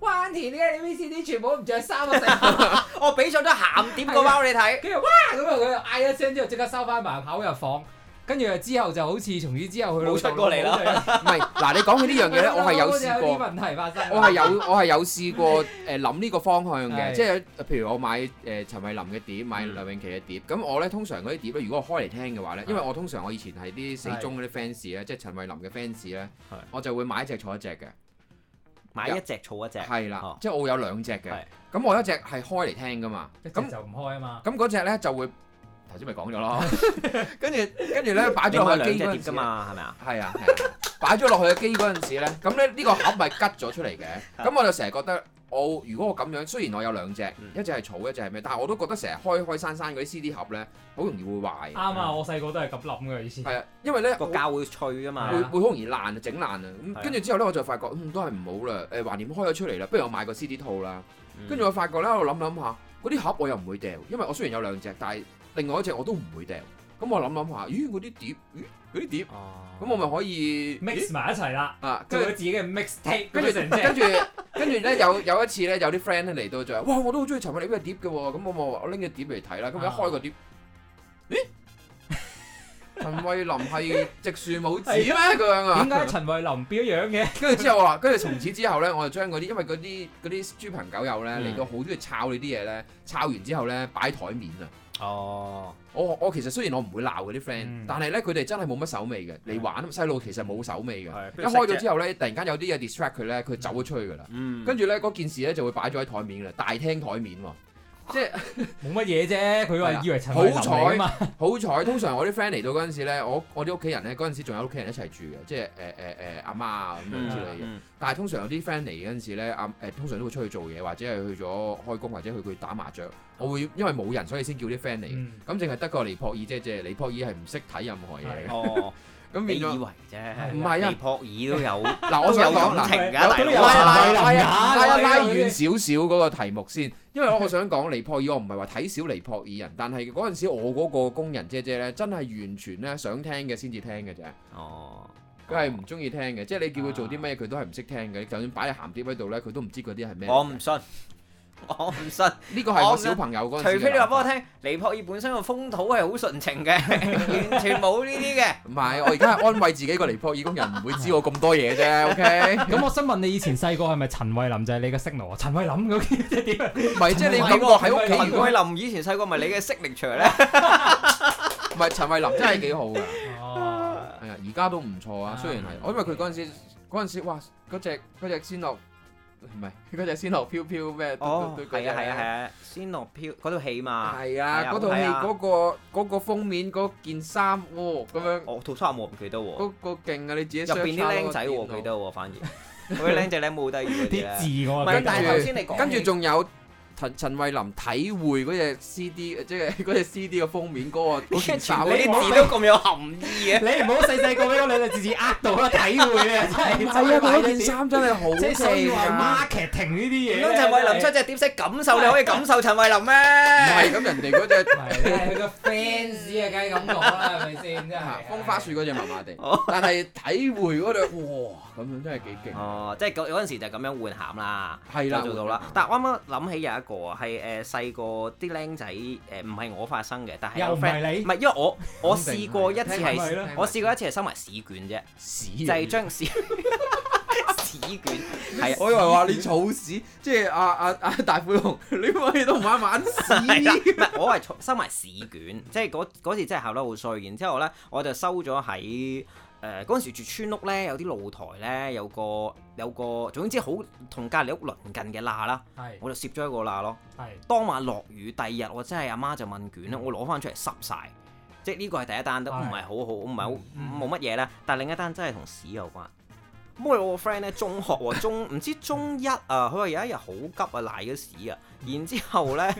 S8: 哇 a 點解你 V C D 全部唔着衫啊？ 成個
S2: 我哦俾咗張鹹碟個包你睇，
S8: 跟住哇咁啊！佢嗌一聲之後即刻收翻埋，跑入房。跟住之後就好似從此之後佢老
S2: 冇出過嚟啦
S8: 啦。
S7: 唔係嗱，你講起呢樣嘢咧，我係有試
S8: 有啲
S7: 過，
S8: 問題發生。
S7: 我係有我係有 試過誒諗呢個方向嘅，
S8: 係
S7: 即係譬如我買誒、陳慧琳嘅碟，買
S2: 嗯
S7: 梁詠琪嘅碟，咁我咧通常嗰啲碟咧，如果我開嚟聽嘅話咧，因為我通常我以前係啲死忠嗰啲 fans 咧，即係陳慧琳嘅 fans 咧
S2: 係，
S7: 我就會買一隻坐一隻嘅。
S2: 買一隻儲一隻，
S7: 係啦
S2: 哦，
S7: 即係我有兩隻
S2: 係
S7: 嘅，咁我有一隻係開嚟聽噶嘛，
S8: 咁
S7: 咁
S8: 就唔開啊嘛。
S7: 咁嗰隻咧就會頭先咪講咗 咯，跟住跟住咧擺
S2: 你
S7: 咗
S2: 買
S7: 落去
S2: 兩隻
S7: 機嗰
S2: 碟
S7: 陣時
S2: 㗎，嘛，係咪啊？
S7: 係啊係啊，擺咗落去嘅機嗰陣時咧，咁咧呢個盒咪吉咗出嚟嘅，咁我就成日覺得。我如果我咁樣，雖然我有兩隻，
S2: 嗯
S7: 一隻係草，一隻係咩，但係我都覺得成日開開閂閂嗰啲 CD 盒咧，好容易會壞。
S8: 啱啊！我細個都係咁諗嘅以前。
S7: 係啊，因為咧
S2: 個膠會脆㗎嘛
S8: 係
S7: 會
S8: 啊。
S7: 會好容易爛啊，整爛啊。
S2: 係啊
S7: 咁跟住之後咧，我就發覺嗯都係唔好啦。誒，橫掂開咗出嚟啦，不如我買個 CD 套啦。
S2: 嗯
S7: 跟住我發覺咧，我諗諗下，嗰啲盒我又唔會掉，因為我雖然有兩隻，但係另外一隻我都唔會掉。咁我諗諗下，咦嗰啲碟，咦嗰啲碟，
S2: 哦
S7: 咁我咪可以
S8: mix 埋一齊啦，
S7: 咦啊，
S8: 做
S7: 跟
S8: 咗
S7: 住
S8: 自己嘅 mixtape，
S7: 跟住
S8: 成
S7: 跟住跟住咧有有一次咧有啲 friend 咧嚟到就話，哇我都好中意陳慧琳嘅碟嘅喎，咁我咪話我拎隻碟嚟睇啦，咁一開個碟，咦陳慧琳係植樹母子咩咁樣啊？
S8: 點解陳慧琳變咗樣嘅？
S7: 跟住之後我話，跟住從此之後咧，我就將嗰啲，因為嗰啲嗰啲豬朋狗友咧
S2: 嗯
S7: 嚟到好中意抄你啲嘢咧，抄完之後咧擺台面啊！
S2: 哦，
S7: 我我其實雖然我唔會鬧嗰啲 friend，、
S8: 嗯
S7: 但係咧佢哋真係冇乜手尾嘅，嚟玩細路其實冇手尾嘅。
S2: 係
S7: 一開咗之後咧，突然間有啲嘢 distract 佢咧，佢走咗出去噶啦。
S2: 嗯，
S7: 跟住咧嗰件事咧就會擺咗喺台面㗎啦，大廳台面喎。
S8: 冇乜嘢啫，佢
S7: 係啊
S8: 話以為陳慧琳嚟啊嘛，
S7: 好彩，通常我啲 friend 嚟到嗰陣時咧，我我啲屋企人咧嗰陣時仲有屋企人一齊住嘅，即係誒誒誒阿媽啊咁樣之類嘅。
S2: 嗯
S7: 但係通常有啲 friend 嚟嗰陣時咧，啊誒、通常都會出去做嘢，或者係去咗開工，或者去佢打麻雀。我
S2: 嗯
S7: 會因為冇人，所以先叫啲 friend 嚟。
S8: 嗯
S7: 咁淨係得個尼泊爾姐姐，尼泊爾係唔識睇任何嘢
S2: 嗯
S7: 嘅。
S2: 哦，
S7: 咁
S2: 你以
S7: 變
S2: 為
S7: 咗
S2: 啫，
S7: 唔係啊
S2: 尼泊爾都有
S7: 嗱，我想
S2: 都有
S7: 講
S2: 感
S7: 嗱，
S2: 情㗎，
S8: 有
S2: 大
S8: 都有
S2: 佬
S7: 拉拉
S8: 啊有
S7: 拉
S8: 有
S7: 拉
S8: 有
S7: 拉
S8: 有
S7: 遠少少嗰個題目先，因為我想講尼泊爾，我唔係話睇小尼泊爾人，但係嗰陣時我嗰個工人姐姐咧，真係完全咧想聽嘅先至聽嘅啫。
S2: 哦，
S7: 佢係唔中意聽嘅，即係你叫佢做啲咩，佢都係唔識聽嘅。就算擺喺鹹碟喺度咧，佢都唔知嗰啲係咩嚟嘅。
S2: 我唔信，我唔信。
S7: 呢個係我小朋友嗰
S2: 除
S7: 陣時
S2: 非
S7: 嘅諗法。
S2: 你話俾我聽，尼泊爾本身個風土係好純情嘅，完全冇呢啲嘅。
S7: 唔係，我而家係安慰自己個尼泊爾工人唔會知我咁多嘢啫，OK？
S8: 咁我想問你以前細個係咪陳慧琳就係你嘅 signal 啊？陳慧琳嗰啲即係點啊？
S7: 唔係，即係你
S8: 唔係
S7: 感覺喺屋企，
S2: 陳
S7: 如果
S2: 桂林以前細個咪你嘅 signature 咧？
S7: 唔係陳慧琳真係幾好㗎，
S8: 哦，
S7: 係啊，而家都唔錯啊。雖然係，我因為佢嗰陣時嗰陣時，哇，嗰只嗰只仙樂唔係 嗰只仙樂飄飄咩？
S2: 哦，
S7: 嘟嘟嘟
S2: 係啊係啊係
S7: 嗰
S2: 啊，仙樂飄嗰套戲
S7: 隻
S2: 嘛。
S7: 係
S2: 係
S7: 啊，
S2: 啊
S7: 嗰套戲
S2: 係啊
S7: 嗰個嗰個封面嗰件衫喎，咁樣
S2: 我套衫我唔記得喎，入
S7: 嗰個勁啊！你自己
S2: 哦邊啲僆仔我記
S7: 記
S2: 得喎，反而嗰啲僆仔僆冇低語嗰啲
S8: 啲
S2: 咧。
S8: 字我
S2: 唔
S8: 啊
S2: 係，
S8: 記得
S2: 但係
S7: 跟
S2: 頭
S7: 住
S2: 先你講
S7: 跟住
S2: 起
S7: 仲有陳陳慧琳體會嗰只 CD，即係 嗰只 CD 嘅封面嗰個嗰件衫
S2: 全部啲字都咁有含義嘅。
S8: 你唔好細細個俾嗰兩隻字呃到啦，體會啊，真係
S7: 唔係
S8: 真
S7: 啊！
S8: 係
S7: 佢
S8: 買咗
S7: 嗰件衫真係好
S8: 即係所以
S7: 正
S8: 話
S7: 啊！
S8: marketing 呢啲嘢
S2: 唔
S8: 咧，
S2: 通陳慧琳出
S8: 真係
S2: 隻碟識感受，你可以感受陳慧琳咩？
S7: 唔係咁，人哋嗰只
S8: 係真係佢個 fans 啊，梗係咁講啦，係咪先？真係
S7: 風花雪嗰只麻麻地， 但係體會嗰對哇咁樣真係幾勁。
S2: 哦，即係嗰嗰陣時就咁樣換餡啦，
S7: 係啦
S2: 就做到啦。但係我啱啱諗起有一個啊，係誒細個啲僆仔誒，唔係我發生嘅，但係
S8: 又
S2: 有
S8: 唔
S2: friend
S8: 係你
S2: 唔係因為我我試過一次
S8: 肯定係
S2: 係
S8: 啦
S2: 我試過一次係收埋試卷啫，
S7: 屎
S2: 就係將試 試卷係啊
S7: 我以為話你草屎，即係阿阿阿大灰熊， 你乜嘢都唔啱玩
S2: 係啦，
S7: 屎。
S2: 唔係我係儲收埋試卷，即係嗰嗰次真係考得好衰。然之後咧，我就收咗喺誒嗰陣時住村屋咧，有啲露台咧，有個有個總之好同隔離屋鄰近嘅罅啦，
S8: 係
S2: 我就攝咗一個罅咯。
S8: 係
S2: 當晚落雨，第二日我真係阿媽就問卷咧，我攞翻出嚟濕晒。即係呢個係第一單都唔
S8: 係
S2: 係好好，唔係好
S8: 嗯
S2: 冇乜嘢啦。但係另一單真係同屎有關。咁我個 friend 咧中學喎，中 唔知中一啊，佢話有一日好急啊，賴咗屎啊，然之後咧。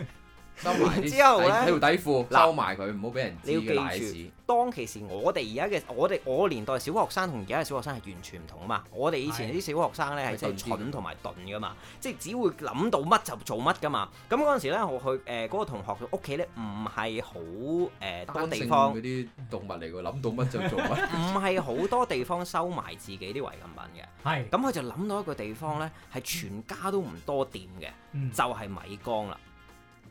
S7: 收埋啲
S2: 之後呢
S7: 喺條底褲
S2: 嗱
S7: 收埋佢，唔好俾人知
S2: 你要記
S7: 嘅
S2: 住
S7: 奶屎。
S2: 當其時我哋而家嘅我哋我年代小學生同而家嘅小學生係完全唔同啊嘛！我哋以前啲小學生咧係真係
S7: 係鈍啲㗎
S2: 蠢同埋鈍噶嘛，即係只會諗到乜就做乜噶嘛。咁嗰陣時咧，我去誒嗰個同學嘅屋企咧，唔係好誒多地方，
S7: 嗰
S2: 唔
S7: 啲動物嚟㗎，諗到乜就做 乜。
S2: 係好多地方收埋自己啲違禁品嘅。
S8: 係
S2: 咁佢就諗到一個地方咧，係全家都唔多掂嘅，
S8: 嗯
S2: 就係米缸啦。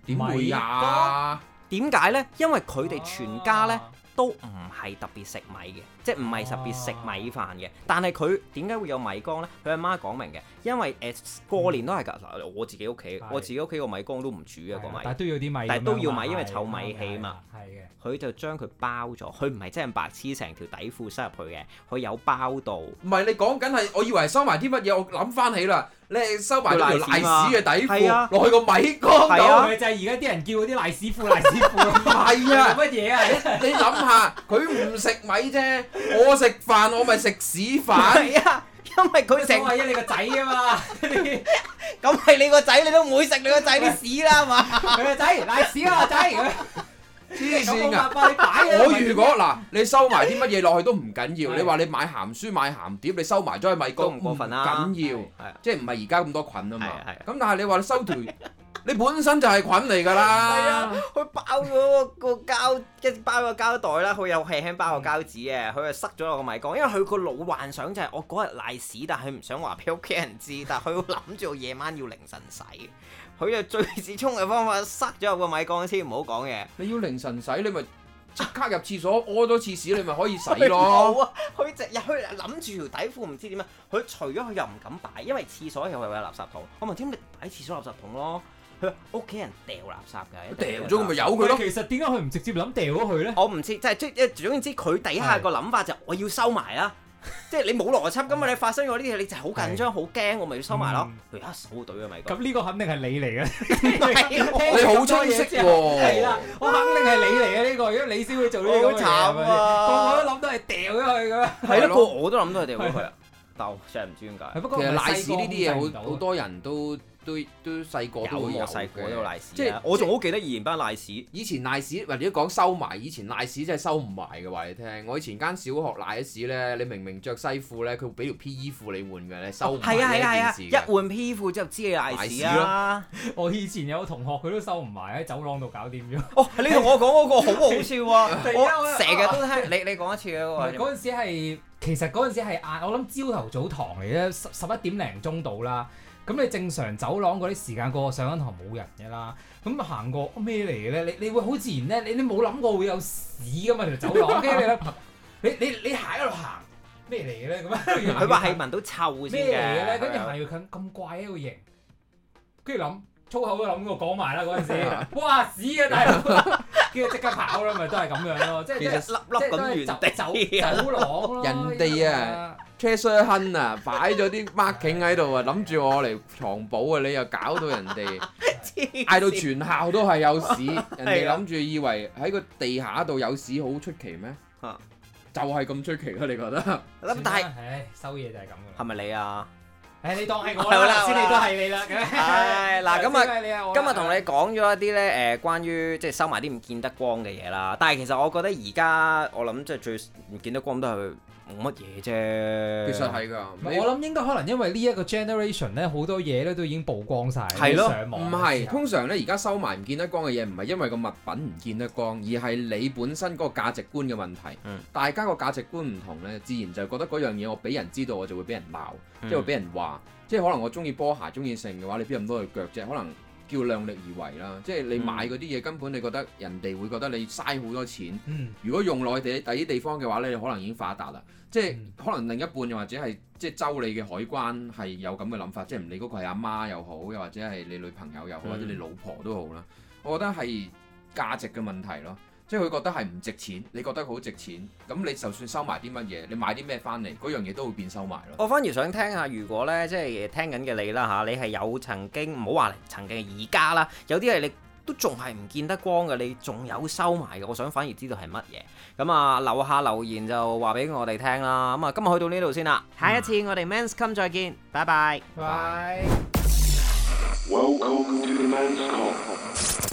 S7: 點會呀？
S2: 點解咧？因為佢哋全家咧。都唔係特別食米嘅，即係唔係特別食米飯嘅。但係佢點解會有米缸呢？佢阿媽講明嘅，因為誒、呃、過年都係㗎。嗱我自己屋企
S8: 係，
S2: 我自己屋企個米缸都唔煮嘅個
S8: 係啊
S2: 米
S8: 但，係都要啲米，
S2: 但係都要米
S8: 咁樣
S2: 因為
S8: 係
S2: 湊米氣嘛。
S8: 係嘅，
S2: 佢就將佢包咗。佢唔係真係白痴成條底褲塞入去嘅，佢有包到。
S7: 唔係你講緊係，我以為收埋啲乜嘢，我諗翻起啦，你係收埋咗條賴屎嘅底
S2: 係
S7: 褲
S2: 啊
S7: 落去個米缸
S2: 係
S7: 度
S2: 啊。
S8: 咪就係而家啲人叫嗰啲賴屎褲、賴屎褲啊嘛，
S7: 係啊，
S8: 乜嘢啊？
S7: 你諗下，佢唔食米啫，我食飯我咪食屎飯。
S2: 係啊，因為佢
S8: 佢
S2: 成
S8: 成為咗你個仔啊嘛，
S2: 咁係你個仔，你都唔會食你個仔啲屎啦，係嘛？
S8: 佢個仔賴屎啊，仔
S7: 黐線㗎！
S8: 咁冇辦法你擺
S2: 哎
S8: 啊！
S7: 我如果嗱，你收埋啲乜嘢落去都唔緊要，
S8: 係
S7: 你話你買鹹書買鹹碟，你收埋咗喺米
S2: 都
S7: 缸
S2: 唔過分啦
S7: 唔緊要
S8: 係
S2: 係啊，
S7: 即係唔係而家咁多菌啊嘛
S2: 係啊係啊。
S7: 咁但係你話你收條， 你本身就係菌嚟㗎
S2: 係
S7: 啦
S2: 啊。，佢包咗個膠，一包個膠袋啦，佢又輕輕包個膠紙嘅，佢就塞咗落個米缸，因為佢個腦幻想就係我嗰日賴屎，但係佢唔想話俾屋企人知，但係佢會諗住夜晚要凌晨洗，佢就最至聰嘅方法塞咗入個米缸先，唔好講嘢。
S7: 你要凌晨洗，你咪即刻入廁所屙咗次屎，你咪可以洗
S2: 好
S7: 咯。
S2: 啊！佢直日佢諗住條底褲唔知點啊！佢除咗佢又唔敢擺，因為廁所又有垃圾桶。我問點你擺廁所垃圾桶咯？佢話屋企人掉垃圾㗎，
S7: 掉咗佢咪由佢
S8: 佢
S7: 咯。
S8: 其實點解佢唔直接諗掉咗佢咧？
S2: 我唔知，即係即係總之佢底下個諗法就係我要收埋啦，即係你冇邏輯噶嘛，你發生咗呢啲嘢你就係好緊張、好驚，我咪要收埋咯
S8: 嗯。
S2: 佢一手隊啊咪
S8: 咁呢個肯定係你嚟嘅，
S2: 咁，
S7: 你好清晰
S8: 聽咁多嘢之後係
S7: 喎
S8: 啦，，我哦肯定係你嚟嘅呢個，因為你先會做呢個嘢。
S2: 好慘啊
S8: 個個都諗到係掉咗佢咁樣。
S2: 係咯，個我都諗到佢哋會去 啊，但我真係唔知點解。
S8: 不
S7: 其
S8: 過
S7: 實
S8: 唔係
S7: 賴屎呢啲
S8: 細個
S7: 嘢
S8: 控制唔到
S7: 好好多人都都都細個
S2: 有
S7: 都會有
S2: 我細個都有
S7: 嘅。
S2: 賴屎
S7: 即係
S2: 啊，我仲好記得以前班賴屎，
S7: 以前賴屎，或者講收埋，以前賴屎真係收唔埋嘅話你聽。我以前間小學賴咗屎咧，你明明着西褲咧，佢會俾條 P.E. 褲你換嘅，你收唔埋
S2: 哦係啊係啊係啊
S7: 呢，件
S2: 一
S7: 事嘅。
S2: 換 P 褲之後知你賴屎啦。
S8: 我以前有個同學佢都收唔埋喺走廊度搞掂咗。
S2: 哦，你同我講嗰個好好笑啊！
S8: 突然間我
S2: 我成日都聽你你講一次嗰個
S8: 嗰陣時係其實嗰陣時係晏，我諗朝頭早堂嚟咧，十十一點零鐘到啦。咁你正常走廊嗰啲時間過上緊堂冇人嘅啦，咁行過咩嚟嘅咧？你你會好自然咧，你你冇諗過會有屎噶嘛條 走廊，跟住你諗你你你行一路行咩嚟嘅咧？咁樣
S2: 佢話係聞到臭先
S8: 咩嚟嘅咧？跟住行
S2: 嘅，
S8: 越近咁怪一個型，跟住諗粗口都諗過講埋啦嗰 陣時，哇屎啊大佬！跟住即刻跑啦，咪都係咁樣咯，即係
S7: 其實
S2: 粒粒咁原地
S8: 走走廊 咯，
S7: 人哋啊 treasure hunt 啊，擺咗啲 marking 喺度啊，諗住我嚟藏寶啊，你又搞到人 哋嗌到全校都係有屎，人哋
S2: 啊
S7: 諗住以為喺個地下度有屎好出奇咩
S2: 啊？
S7: 就係咁出奇咯，你覺得？
S8: 真係，
S2: 粒但係
S8: 係唉收嘢就係咁噶
S2: 係
S8: 啦。
S2: 咪你啊？
S8: 唉，你當係我
S2: 好啦
S8: 啦，
S2: 好啦
S8: 先你都係你啦。
S2: 唉嗱咁啊
S8: 啊
S2: 今日同你講咗一啲咧誒，關於即係收埋啲唔見得光嘅嘢啦。但係其實我覺得而家我諗即係最唔見得光都係冇乜嘢啫。
S7: 其實係㗎，你
S8: 我諗應該可能因為呢一個 generation 咧，好多嘢咧都已經曝光晒，
S2: 係咯
S8: 上網啊
S7: 唔係，通常咧而家收埋唔見得光嘅嘢，唔係因為個物品唔見得光，而係你本身嗰個價值觀嘅問題。
S2: 嗯
S7: 大家個價值觀唔同呢，自然就覺得嗰樣嘢我俾人知道，我就會俾人鬧，
S2: 嗯
S7: 即係會俾人話。即係可能我中意波鞋，中意剩嘅話，你邊有咁多對腳啫？可能叫量力而為啦。即係你買嗰啲嘢，根本你覺得人哋會覺得你嘥好多錢。
S8: 嗯
S7: 如果用內地第啲地方嘅話咧，你可能已經發達啦。即係
S8: 嗯
S7: 可能另一半又或者係即係州你嘅海關係有咁嘅諗法，即係唔理嗰個係阿媽又好，又或者係你女朋友又好，
S2: 嗯
S7: 或者你老婆都好啦。我覺得係價值嘅問題咯。即係佢覺得係唔值錢，你覺得佢好值錢，咁你就算收埋啲乜嘢，你買啲咩翻嚟，嗰樣嘢都會變收埋咯。
S2: 我反而想聽下，如果咧即係聽緊嘅你啦嚇，你係有曾經唔好話曾經而家啦，有啲係你都仲係唔見得光嘅，你仲有收埋嘅，我想反而知道係乜嘢。咁啊，留下留言就話俾我哋聽啦。咁啊，今日去到呢度先啦，下一次我哋 Men's Come 再見，拜拜。
S8: 拜拜。
S1: Welcome to the man's come.